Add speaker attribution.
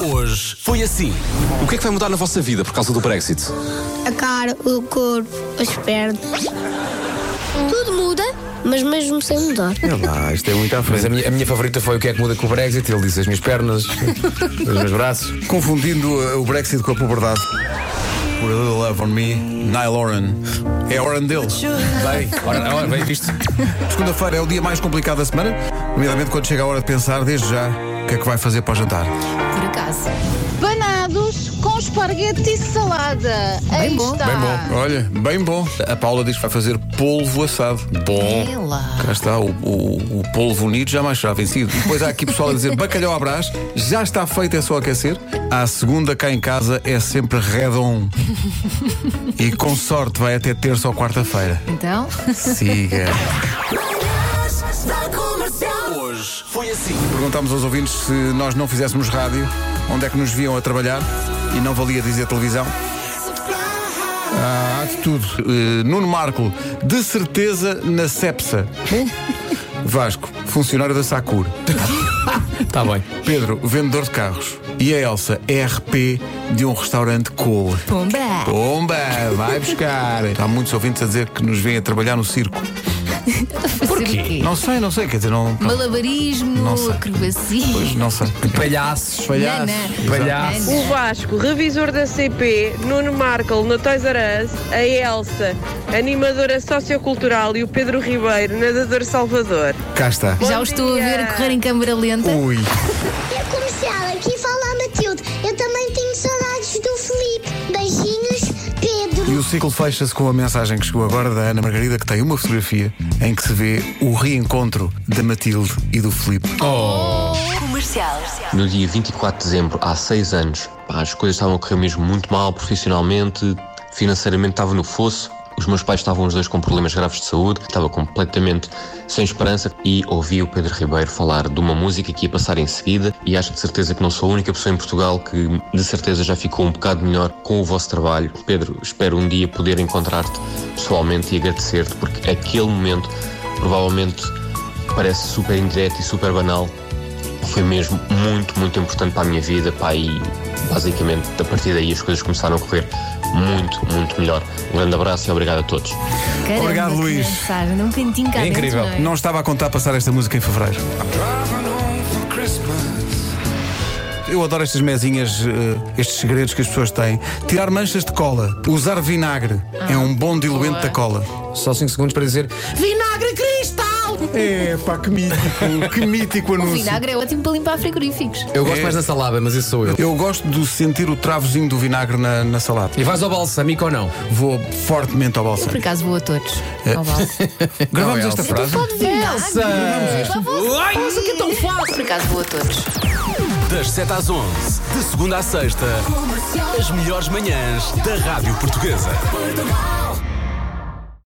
Speaker 1: Hoje foi assim. O que é que vai mudar na vossa vida por causa do Brexit?
Speaker 2: A cara, o corpo, as pernas. Tudo muda, mas mesmo sem mudar.
Speaker 3: Ah, isto é muito à
Speaker 4: Mas
Speaker 3: frente.
Speaker 4: a minha, a minha favorita foi o que é que muda com o Brexit. Ele disse as minhas pernas, os meus braços.
Speaker 3: Confundindo uh, o Brexit com a puberdade.
Speaker 5: Por a Little Love on Me, Niall Horan. É Horan deles.
Speaker 4: Bem, ora, ora, bem visto.
Speaker 5: Segunda-feira é o dia mais complicado da semana, nomeadamente quando chega a hora de pensar, desde já, o que é que vai fazer para o jantar.
Speaker 6: Por acaso.
Speaker 7: Banados com esparguete e salada. Aí
Speaker 6: bom.
Speaker 7: está.
Speaker 5: Bem bom, olha, bem bom. A Paula diz que vai fazer polvo assado. Bom.
Speaker 6: Ela.
Speaker 5: Cá está, o, o- o polvo unido jamais será vencido. E Depois há aqui pessoal a dizer bacalhau à brás, já está feito, é só aquecer. À segunda, cá em casa, é sempre redon. E com sorte vai até terça ou quarta-feira.
Speaker 6: Então,
Speaker 5: Siga.
Speaker 1: Hoje foi assim.
Speaker 5: Perguntámos aos ouvintes se nós não fizéssemos rádio, onde é que nos viam a trabalhar e não valia dizer televisão. Ah, há de tudo. Eh, Nuno Marco, de certeza na Cepsa. Hum? Vasco, funcionário da Sacur.
Speaker 4: Está bem.
Speaker 5: Pedro, vendedor de carros. E a Elsa, RP de um restaurante cool.
Speaker 6: pomba.
Speaker 5: Bomba, vai buscar. Há muitos ouvintes a dizer que nos vêm a trabalhar no circo.
Speaker 6: Fazer o quê?
Speaker 5: Não sei, não sei, quer dizer, não.
Speaker 6: Malabarismo,
Speaker 5: Não sei.
Speaker 6: acrobacia. É.
Speaker 5: Não sei.
Speaker 4: Palhaços.
Speaker 5: Palhaço.
Speaker 6: Nana.
Speaker 4: Palhaço.
Speaker 8: O Vasco, revisor da CP, Nuno Markel na Toys R Us, a Elsa, animadora sociocultural e o Pedro Ribeiro, nadador Salvador.
Speaker 5: Cá está.
Speaker 6: Já o estou a ver a correr em câmara lenta.
Speaker 5: Ui.
Speaker 2: Eu É comercial, aqui fala a Matilde. Eu também tenho saudades do Felipe. Beijinhos, Pedro.
Speaker 5: E o ciclo fecha-se com a mensagem que chegou agora da Ana Margarida, que tem uma fotografia em que se vê o reencontro da Matilde e do Filipe.
Speaker 6: Comercial.
Speaker 9: No dia 24 de dezembro, há seis anos, pá, as coisas estavam a correr mesmo muito mal profissionalmente, financeiramente estava no fosso. Os meus pais estavam os dois com problemas graves de saúde, estava completamente sem esperança e ouvi o Pedro Ribeiro falar de uma música que ia passar em seguida e acho de certeza que não sou a única pessoa em Portugal que de certeza já ficou um bocado melhor com o vosso trabalho. Pedro, espero um dia poder encontrar-te pessoalmente e agradecer-te porque aquele momento provavelmente parece super indireto e super banal, foi mesmo muito, muito importante para a minha vida, pá, e basicamente a partir daí as coisas começaram a correr muito, muito melhor. Um grande abraço e obrigado a todos.
Speaker 6: Caramba,
Speaker 5: Obrigado,
Speaker 6: que
Speaker 5: Luís.
Speaker 6: mensagem, num cantinho cá
Speaker 4: É
Speaker 6: dentro,
Speaker 4: incrível.
Speaker 6: não é?
Speaker 5: Não estava a contar passar esta música em fevereiro. Eu adoro estas mesinhas, eh, estes segredos que as pessoas têm. Tirar manchas de cola, usar vinagre é um bom diluente
Speaker 6: Ah, boa.
Speaker 5: da cola.
Speaker 4: Só 5 segundos para dizer.
Speaker 6: Vinagre cristal!
Speaker 5: É, pá, que mítico, que mítico
Speaker 6: O
Speaker 5: anúncio.
Speaker 6: vinagre é ótimo para limpar frigoríficos.
Speaker 4: Eu gosto
Speaker 5: É.
Speaker 4: mais da salada, mas isso sou eu.
Speaker 5: Eu gosto de sentir o travozinho do vinagre na, na salada.
Speaker 4: E vais ao balsamico ou não?
Speaker 5: Vou fortemente ao
Speaker 6: Eu, por
Speaker 5: balsam.
Speaker 6: acaso, vou a todos. Ao balsa.
Speaker 5: Gravamos
Speaker 4: Não,
Speaker 5: esta frase.
Speaker 6: Pode vinagre! Nossa, que é tão fácil! Por acaso, vou a todos.
Speaker 1: Das 7 às 11, de segunda à sexta, as melhores manhãs da Rádio Portuguesa.